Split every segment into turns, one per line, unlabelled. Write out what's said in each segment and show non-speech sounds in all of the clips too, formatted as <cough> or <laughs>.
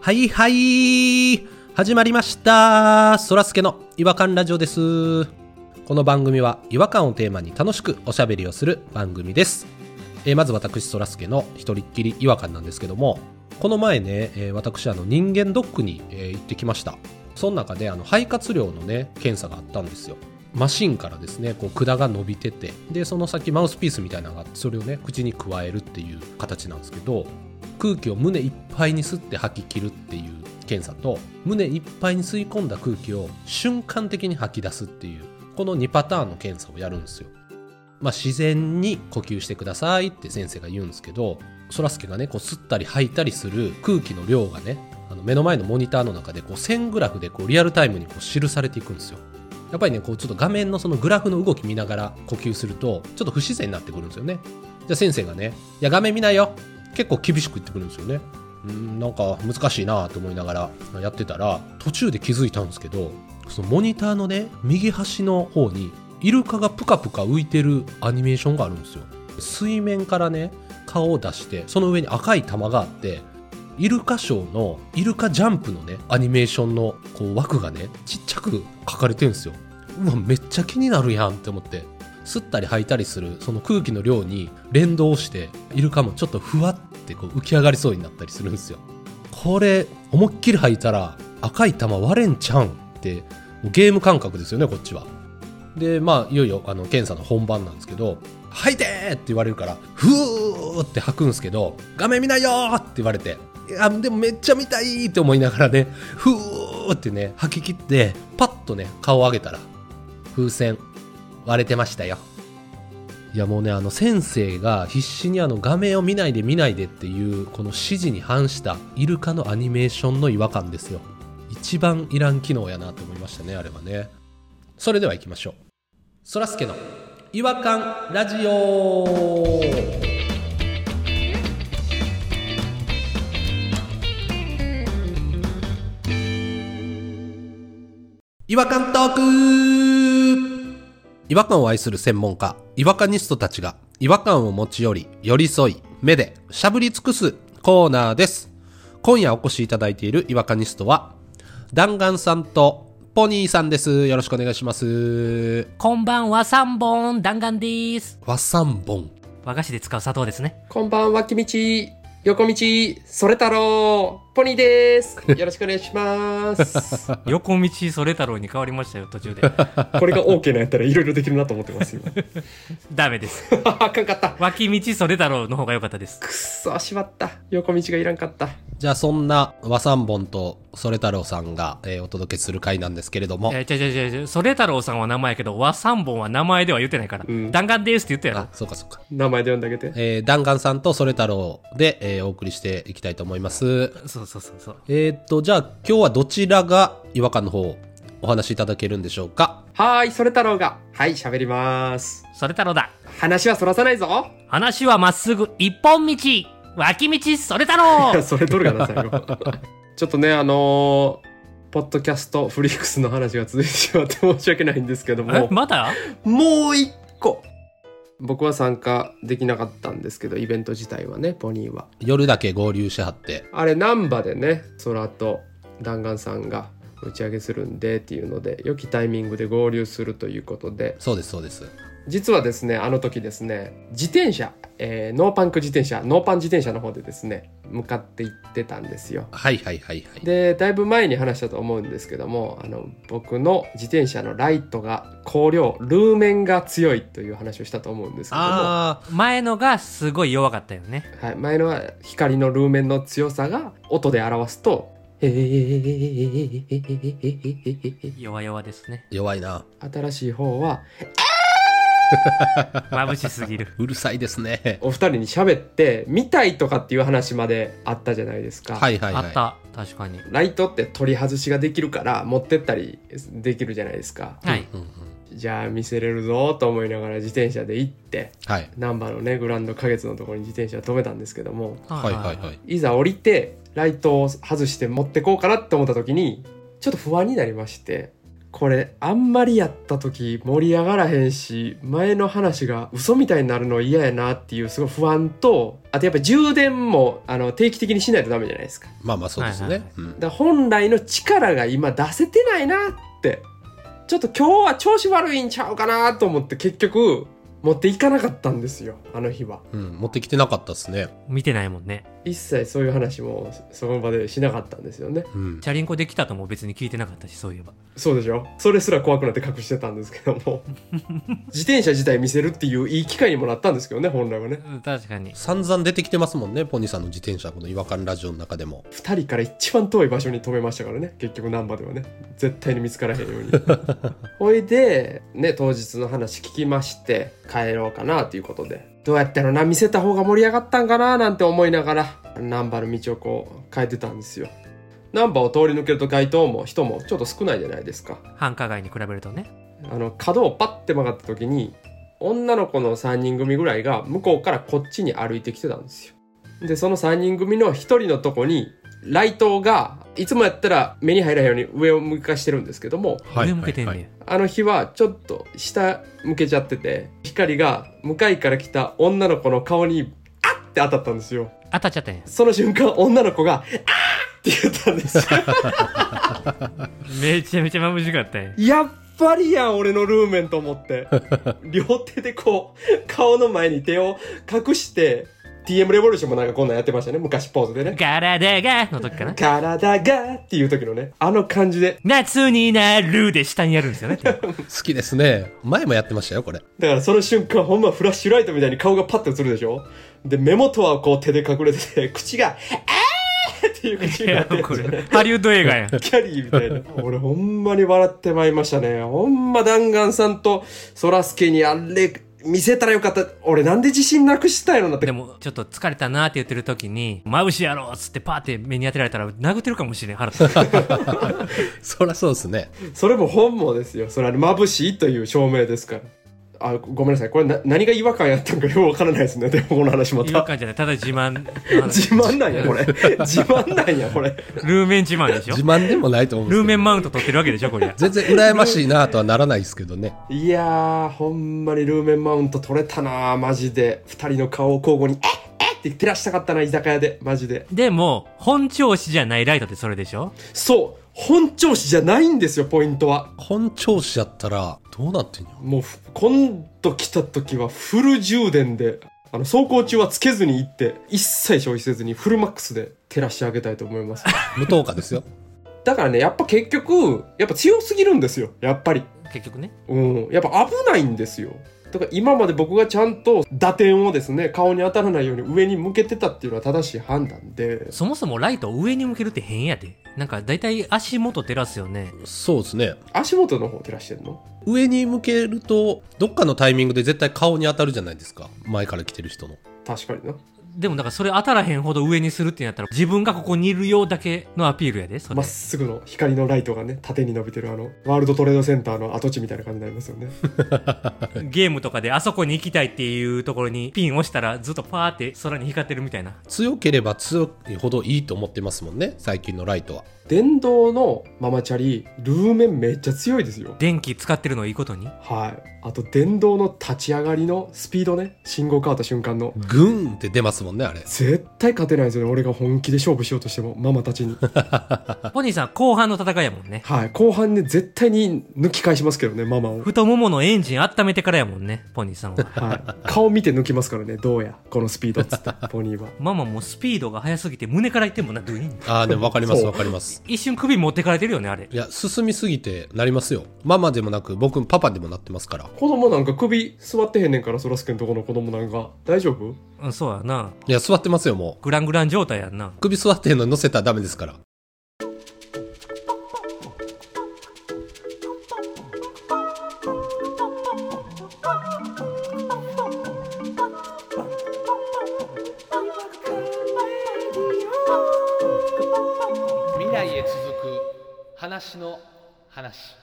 はいはい始まりましたそらすけの違和感ラジオですこの番組は違和感をテーマに楽しくおしゃべりをする番組です、えーまず私そらすけの一人っきり違和感なんですけどもこの前ね、えー私あの人間ドックに、えー行ってきましたその中であの肺活量のね検査があったんですよマシンからですねこう管が伸びててでその先マウスピースみたいなのがあってそれをね口に加えるっていう形なんですけど空気を胸いっぱいに吸って吐き切るっていう検査と胸いっぱいに吸い込んだ空気を瞬間的に吐き出すっていうこの2パターンの検査をやるんですよ。まあ、自然に呼吸してくださいって先生が言うんですけどそらすけがねこう吸ったり吐いたりする空気の量がねあの目の前のモニターの中でこう線グラフでこうリアルタイムにこう記されていくんですよ。やっぱりねこうちょっと画面のそのグラフの動き見ながら呼吸するとちょっと不自然になってくるんですよね。じゃあ先生がね「いや画面見ないよ」結構厳しく言ってくるんですよね。うーんなんか難しいなと思いながらやってたら途中で気づいたんですけどそのモニターのね右端の方にイルカがプカプカ浮いてるアニメーションがあるんですよ水面からね顔を出してその上に赤い玉があってイルカショーのイルカジャンプのねアニメーションのこう枠がねちっちゃく書かれてるんですようわめっちゃ気になるやんって思って吸ったり吐いたりするその空気の量に連動してイルカもちょっとふわってこう浮き上がりそうになったりするんですよこれ思いっきり吐いたら赤い玉割れんちゃうんってもうゲーム感覚ですよねこっちはでまあいよいよあの検査の本番なんですけど「吐いて!」って言われるから「ふー!」って吐くんですけど「画面見ないよ!」って言われて「いやでもめっちゃ見たい!」って思いながらね「ふー!」ってね吐き切ってパッとね顔を上げたら風船割れてましたよいやもうねあの先生が必死にあの画面を見ないで見ないでっていうこの指示に反したイルカのアニメーションの違和感ですよ一番いらん機能やなと思いましたねあれはねそれでは行きましょうそらすけの違和感ラジオ違和感トーク違和感を愛する専門家、違和感ニストたちが違和感を持ち寄り、寄り添い、目でしゃぶり尽くすコーナーです。今夜お越しいただいている違和感ニストは、弾丸さんとポニーさんです。よろしくお願いします。
こんばんは、三本、弾丸です。
和三本。
和菓子で使う砂糖ですね。
こんばんは、きみち。横道、それ太郎、ポニー <laughs> です。よろしくお願いします。
<laughs> 横道それ太郎に変わりましたよ、途 <laughs> 中で。
<laughs> これが OK なんやったらいろいろできるなと思ってます、今。
ダメです。
<laughs> あかんかった。
脇道それ太郎の方が良かったです。
くっそ、しまった。横道がいらんかった。
じゃあそんな和三本とそれ太郎さんが、えーお届けする回なんですけれども、
えー、ちゃちゃちゃちゃ、それ太郎さんは名前やけど、和三本は名前では言ってないから。
うん
弾丸ですって言ったや
あ
ろ。
そうかそうか、
名前で呼んであげて。
えー、弾丸さんとそれ太郎で、えーお送りしていきたいと思います
そうそうそうそう。
えーっとじゃあ今日はどちらが違和感の方お話しいただけるんでしょうか
はーい、それ太郎が。はい、喋ります。
それ太郎だ。
話はそらさないぞ。
話はまっすぐ、一本道。脇道それ太 <laughs> 郎
<laughs> それ取るかな、最後。 <laughs> ちょっとね、あのーポッドキャストフリックスの話が続いてしまって申し訳ないんですけど
え
も、
また
もう一個僕は参加できなかったんですけどイベント自体はねポニーは
夜だけ合流しはって
あれ難波でね空と弾丸さんが打ち上げするんでっていうので良きタイミングで合流するということで
そうですそうです
実はですねあの時ですね自転車、えーノーパンク自転車ノーパン自転車の方でですね向かって行ってたんですよ
はいはいはいはい
でだいぶ前に話したと思うんですけどもあの僕の自転車のライトが光量ルーメンが強いという話をしたと思うんですけども
あ
前のがすごい弱かったよね。
はい、前のは光のルーメンの強さが音で表すと「へー
弱々です <laughs> ね。
ー弱いな
新しい方は
眩しすぎる。
<laughs> うるさいですね
お二人に喋って見たいとかっていう話まであったじゃないですか、
はいはい
あ
はい
った。確かに。
ライトって取り外しができるから持ってったりできるじゃないですか
はい。
うんうん、
じゃあ見せれるぞと思いながら自転車で行って
はい
難波のねグランド花月のところに自転車止めたんですけども
はいはいはい。
いざ降りてライトを外して持ってこうかなって思った時にちょっと不安になりましてこれあんまりやった時盛り上がらへんし前の話が嘘みたいになるの嫌やなっていうすごい不安とあとやっぱ充電もあの定期的にしないとダメじゃないですか
まあまあそうですね、
はいはいはい
うん
だから本来の力が今出せてないなってちょっと今日は調子悪いんちゃうかなと思って結局持っていかなかったんですよあの日は
うん、持ってきてなかったですね、
見てないもんね。
一切そういう話もその場でしなかったんですよね
うん、
チャリンコできたとも別に聞いてなかったし、そういえば。
そうでしょそれすら怖くなって隠してたんですけども自転車自体見せるっていういい機会にもなったんですけどね本来はね
うん確かに。
散々出てきてますもんねポニーさんの自転車この違和感ラジオの中でも
2人から一番遠い場所に止めましたからね結局難波ではね絶対に見つからへんようにほいでね当日の話聞きまして帰ろうかなということでどうやったのな見せた方が盛り上がったんかななんて思いながら難波の道をこう変えてたんですよ難波を通り抜けると街灯も人もちょっと少ないじゃないですか
繁華街に比べるとね。
あの角をパッて曲がった時に女の子の3人組ぐらいが向こうからこっちに歩いてきてたんですよでその3人組の1人のとこにライトがいつもやったら目に入らへんように上を向かしてるんですけども
はい
上向けてんね、
はい
あの日はちょっと下向けちゃってて光が向かいから来た女の子の顔にあって当たったんですよ
当たっちゃったんや
その瞬間女の子が「あー!」って言ったんですよ
めちゃめちゃ眩しかったんや
やっぱりやん、俺のルーメンと思
<laughs>
って。両手でこう、顔の前に手を隠して、TM レボリューションもなんかこんなんやってましたね。昔ポーズでね。
体がの時かな。
体がっていう時のね、あの感じで。
夏になるで下にやるんですよね。
好きですね前もやってましたよこれ
だからその瞬間、ほんまフラッシュライトみたいに顔がパッて映るでしょで、目元はこう手で隠れてて、口が、あーっていう口
い
にな
や
ってるん
こ
ですよね
れ、ハリウッド映画やん。
キャリーみたいな。俺ほんまに笑ってまいりましたね。ほんま弾丸さんとそらすけにあれ見せたらよかった。俺なんで自信なくしたいのなって
で。も、ちょっと疲れたなーって言ってる時に、眩しいやろっつってパーって目に当てられたら殴ってるかもしれん、腹
<laughs>
立つ。
そりゃそうですね
それも本望ですよ。それは眩しいという証明ですから。あ、ごめんなさい。これな何が違和感やったんかよくわからないですね。でもこの話ま
違和
た。
感じゃない、ただ自慢の話。
自慢なんや、これ。自慢なんや、これ。
ルーメン自慢でしょ
自慢でもないと思うんです
ルー
けど
メンマウント取ってるわけでしょ、こりゃ。
全然羨ましいなとはならないですけどね
いやー、ほんまにルーメンマウント取れたなー、マジで。二人の顔を交互に、えっえっって照らしたかったな、居酒屋で。マジで。
でも、本調子じゃないライトってそれでしょ
そう本調子じゃないんですよポイントは
本調子やったらどうなってんの
もうふ今度来た時はフル充電であの走行中はつけずに行って一切消費せずにフルマックスで照らし上げたいと思います
無糖化ですよ
だからねやっぱ結局やっぱ強すぎるんですよやっぱり
結局ね。
うんやっぱ危ないんですよだから今まで僕がちゃんと打点をですね顔に当たらないように上に向けてたっていうのは正しい判断で
そもそもライトを上に向けるって変やで。なんか、だいたい足元照らすよね。
そうですね
足元の方照らしてんの
上に向けるとどっかのタイミングで絶対顔に当たるじゃないですか前から来てる人の
確かにな
でも、だからそれ当たらへんほど上にするってなったら、自分がここにいるようだけのアピールやで、そ
ま
れ
っ。すぐの光のライトがね縦に伸びてるあのワールドトレードセンターの跡地みたいな感じになりますよね
ゲームとかであそこに行きたいっていうところにピン押したらずっとパーって空に光ってるみたいな。
強ければ強いほどいいと思ってますもんね最近のライトは
電動のママチャリルーメンめっちゃ強いですよ
電気使ってるのをいいことに。
はいあと電動の立ち上がりのスピードね信号変わった瞬間の
グーンって出ますもんねあれ
絶対勝てないですよね俺が本気で勝負しようとしてもママたちに
ポニーさん、後半の戦いやもんね。
はい後半ね絶対に抜き返しますけどねママを、
太もものエンジン温めてからやもんね、ポニーさんは。
はい、顔見て抜きますからねどうやこのスピードっつってポニーは
ママもうスピードが速すぎて胸からいってんもんな、ドゥイーン
ああでも分かります
そう
分かります
一瞬首持ってかれてるよね、あれ。
いや進みすぎてなりますよママでもなく僕パパでもなってますから
子供なんか首座ってへんねんからそらすけんとこの子供なんか大丈夫
うん、そうやな。
いや座ってますよもう
グラングラン状態やんな。
首座ってんのに乗せたらダメですから
未来へ続く話の話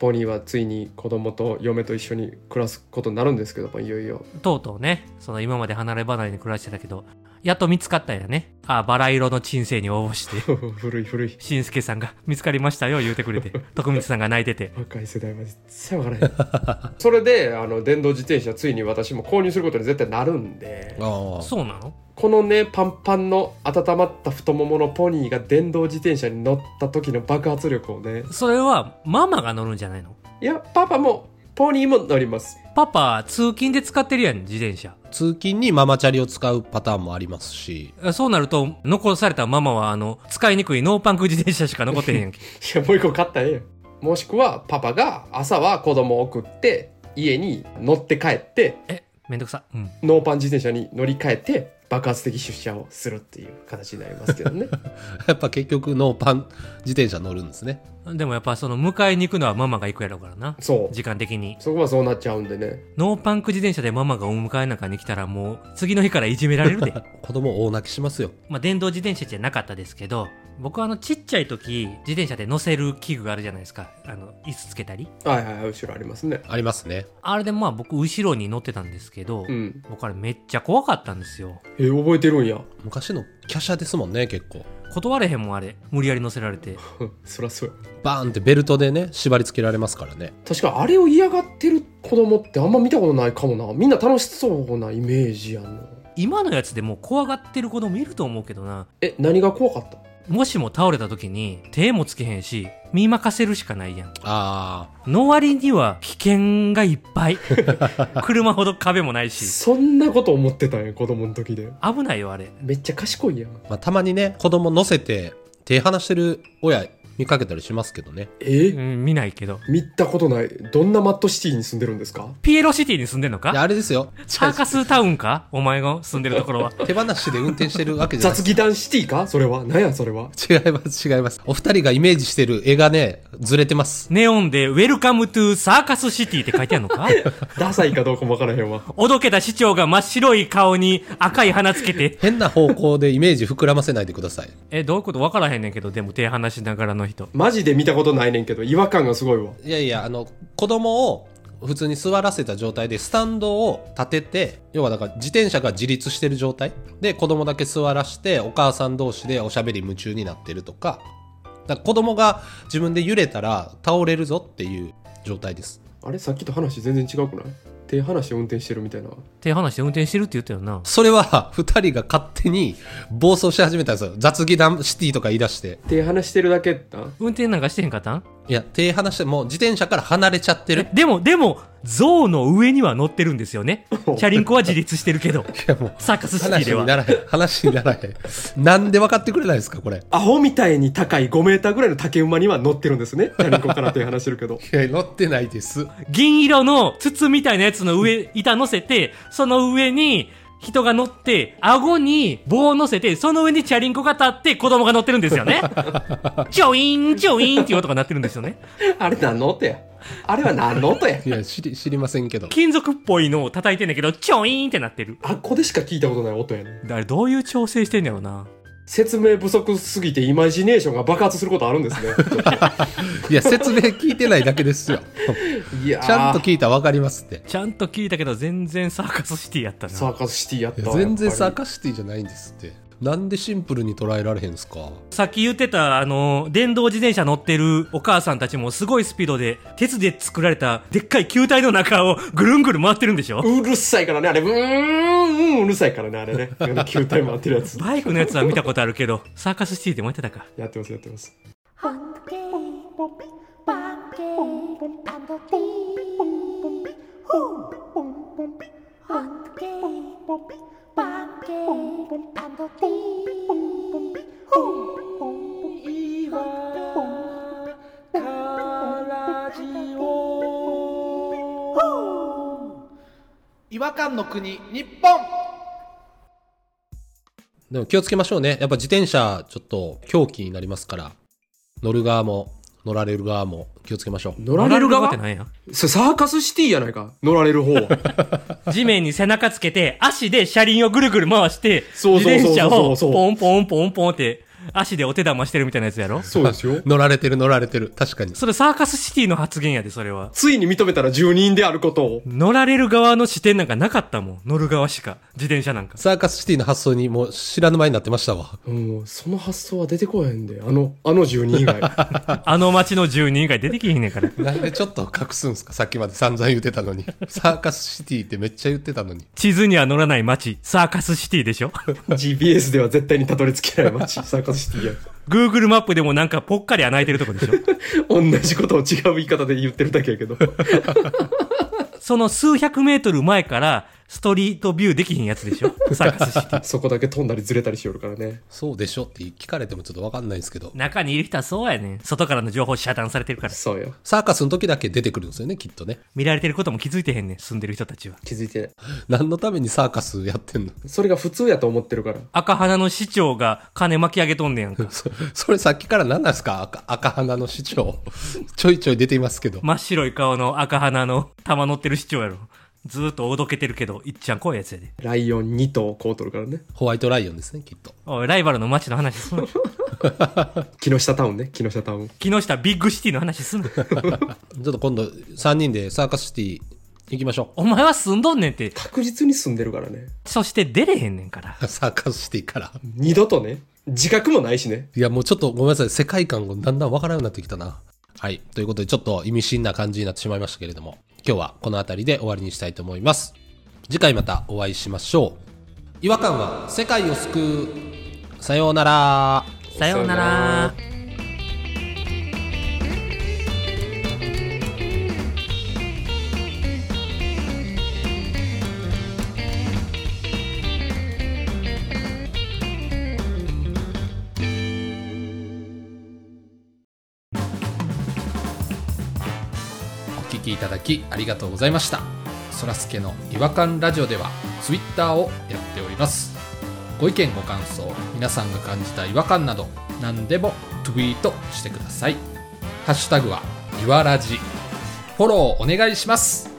ポニーはついに子供と嫁と一緒に暮らすことになるんですけどもいよいよ <laughs>
とうとうね、その今まで離れ離れに暮らしてたけど、やっと見つかったんやね。あ、バラ色の鎮静に応募して。 <laughs>
古い古い。
しんすけさんが見つかりましたよ言うてく
<laughs>
れて徳光さんが泣いてて
若い世代は絶対分からへん。それで、あの、電動自転車、ついに私も購入することに絶対なるんで、
ああ。
そうなの
このね、パンパンの温まった太もものポニーが電動自転車に乗った時の爆発力をね、
それはママが乗るんじゃないの
いや、パパも、ポニーも乗ります。
パパ通勤で使ってるやん自転車
通勤にママチャリを使うパターンもありますし。 <laughs>
そうなると残されたママはあの使いにくいノーパンク自転車しか残ってへんや
<laughs>
んけ
いや、もう一個買ったらええやん。もしくは、パパが朝は子供を送って、家に乗って帰って、
えめんどくさうん
ノーパン自転車に乗り換えて、爆発的出社をするっていう形になりますけどね。
やっぱ結局ノーパン自転車乗るんですね。
でもやっぱその迎えに行くのはママが行くやろうからな
そう。
時間的に
そこはそうなっちゃうんでね。
ノーパンク自転車でママがお迎えなんかに来たらもう次の日からいじめられるで
子供大泣きしますよ。
まあ、電動自転車じゃなかったですけど僕はあのちっちゃい時自転車で乗せる器具があるじゃないですかあの椅子つけたり
はいはいはい、後ろありますね。
ありますね。
あれでまあ僕後ろに乗ってたんですけど、
うん。
僕あれめっちゃ怖かったんですよ
えー、覚えてるんや。 <laughs>
昔の華奢ですもんね、結構。
断れへんもんあれ無理やり乗せられて
そらそうや。
バーンってベルトでね、縛り付けられますからね。
確かあれを嫌がってる子供ってあんま見たことないかもな。みんな楽しそうなイメージやな。
今のやつでもう怖がってる子供いると思うけどな
え、何が怖かった
もしも倒れた時に手もつけへんし身任せるしかないやん
ああ。
の割には危険がいっぱ
<laughs>
い車ほど壁もないし
そんなこと思ってたんや、子供の時で。
危ないよあれ
めっちゃ賢いやん。
まあたまにね、子供乗せて手離してる親見かけたりしますけどね。
え
うん見ないけど
見たことない。どんなマットシティに住んでるんですか
ピエロシティに住んでんのか
であれですよ。
サーカスタウンかお前が住んでるところは。
手放しで運転してるわけじゃない
雑技団シティかそれは。何や、それは。
違います、違います。お二人がイメージしてる絵がね、ずれてます。
ネオンで、ウェルカムトゥサーカスシティって書いてあるのか
ダサいかどうかもわからへんわ。
おどけた市長が真っ白い顔に赤い鼻つけて。
変な方向でイメージ膨らませないでください。
え、どういうことわからへんねんけど、でも手離しながらの人。
マジで見たことないねんけど、違和感がすごいわ。
いやいや、あの、子供を普通に座らせた状態でスタンドを立てて、要はだから自転車が自立してる状態で子供だけ座らしてお母さん同士でおしゃべり夢中になってるとか、だから子供が自分で揺れたら倒れるぞっていう状態です。
あれさっきと話全然違うくない手離して運転してるみたいな。
手離して運転してるって言ったよな。
それは二人が勝手に暴走し始めたんですよ。雑技団シティとか言い出して。
手離してるだけな。
運転なんかしてへんかったん
いや、手離して、もう自転車から離れちゃってる
え。でも、でも、象の上には乗ってるんです
<laughs>
よね。チャリンコは自立してるけど。
いやもう
サーカスシティ
話
で
に
は。
ならへん。話にならへん。なんで分かってくれないですか、これ。
アホみたいに高い5メーターぐらいの竹馬には乗ってるんですね。チャリンコから手離してるけど。
いや、乗ってないです。
銀色の筒みたいなやつの上、板乗せて、その上に人が乗って、顎に棒を乗せて、その上にチャリンコが立って子供が乗ってるんですよね。チョイーン、チョイーンっていう音が鳴ってるんですよね。
<laughs> あれ何の音やあれは何の音や
<laughs> いや、知り、知りませんけど。
金属っぽいのを叩いてんだけど、チョイーンってなってる。
あっこでしか聞いたことない音やね。
あれどういう調整してんだろうな。
説明不足すぎてイマジネーションが爆発することあるんですね。
いや、説明聞いてないだけです <laughs> よ。
<laughs> いやー
ちゃんと聞いたら分かりますって。
ちゃんと聞いたけど全然サーカスシティやった
サ
な。
ーカスシティやった
い
わ
や全然サ
や
ー
っぱ
カスシティじゃないんですって。なんでシンプルに捉えられへんですか
さっき言ってた、あの、電動自転車乗ってるお母さんたちもすごいスピードで、鉄で作られたでっかい球体の中をぐるんぐるん回ってるんでしょ
りうるさいからね、あれ。うーん、うんうるさいからね、あれね。あの球体回ってるや <laughs> つ。
バイクのやつは見たことあるけど、サーカスシティでもやってたか。
やってます、やってます。
Hungry. 違和感の国日本
でも気をつけましょうね。やっぱ自転車、ちょっと狂気になりますから。乗る側も、乗られる側も気をつけましょう。。
乗られる側
ってなんや
それサーカスシティやないか。乗られる方は。
地面に背中つけて、足で車輪をぐるぐる回して、
そうそうそうそう
自転車をポンポンポンポンって足でお手玉してるみたいなやつやろ
<laughs> そうですよ
乗られてる乗られてる。確かに。
それサーカスシティの発言やで、それは。
ついに認めたら住人であることを。
乗られる側の視点なんかなかったもん。乗る側しか。自転車なんか。
サーカスシティの発想にもう知らぬ間になってましたわ。
うん、その発想は出てこへんで。あの、あの住人 <laughs> 以外。
あの街の住人以外出てきひんねんから。
なんでちょっと隠すんすかさっきまで散々言ってたのに。サーカスシティってめっちゃ言ってたのに。
地図には乗らない街、サーカスシティでしょ
GPS では絶対にたどり着けない街、サーカスシティや。
?Google マップでもなんかぽっかり穴開いてるとこでしょ
同じことを違う言い方で言ってるだけやけど。
その数百メートル前からストリートビューできひんやつでしょサーカスシティ。
そこだけ飛んだりずれたりしよるからね。
そうでしょって聞かれてもちょっとわかんないんですけど。
中にいる人はそうやねん。外からの情報遮断されてるから。
そうよ。
サーカスの時だけ出てくるんですよね、きっとね。
見られてることも気づいてへんねん。住んでる人たちは。
気づいてない。
何のためにサーカスやってんの
それが普通やと思ってるから。
赤花の市長が金巻き上げとんねやんか。
そそれさっきから何なんですか赤赤花の市長。ちょいちょい出ていますけど。
真っ白い顔の赤花の玉乗ってる市長やろ。ずーっとおどけてるけど、いっちゃん怖いやつやで。
ライオン2頭こうとるからね。
ホワイトライオンですね、きっと。 <laughs>
おい、ライバルの街の話すな。
木下タウンね、木下タウン。
木下ビッグシティの話すな。
ちょっと今度3人でサーカスシティ行きましょ
お前は住んどんねんって。
確実に住んでるからね。
そして出れへんねんから。
う。サーカスシティから。
二度とね、自覚もないしね。
いや、もうちょっとごめんなさい。世界観がだんだんわからんようになってきたな。はい。ということで、ちょっと意味深な感じになってしまいましたけれども、今日はこの辺りで終わりにしたいと思います。次回またお会いしましょう。違和感は世界を救う。さようなら。
さような
さような
ら
ら。
お聞きいただきありがとうございましたそらすけの違和感ラジオではツイッターをやっておりますご意見ご感想皆さんが感じた違和感など何でもツイートしてくださいハッシュタグはいわらじフォローお願いします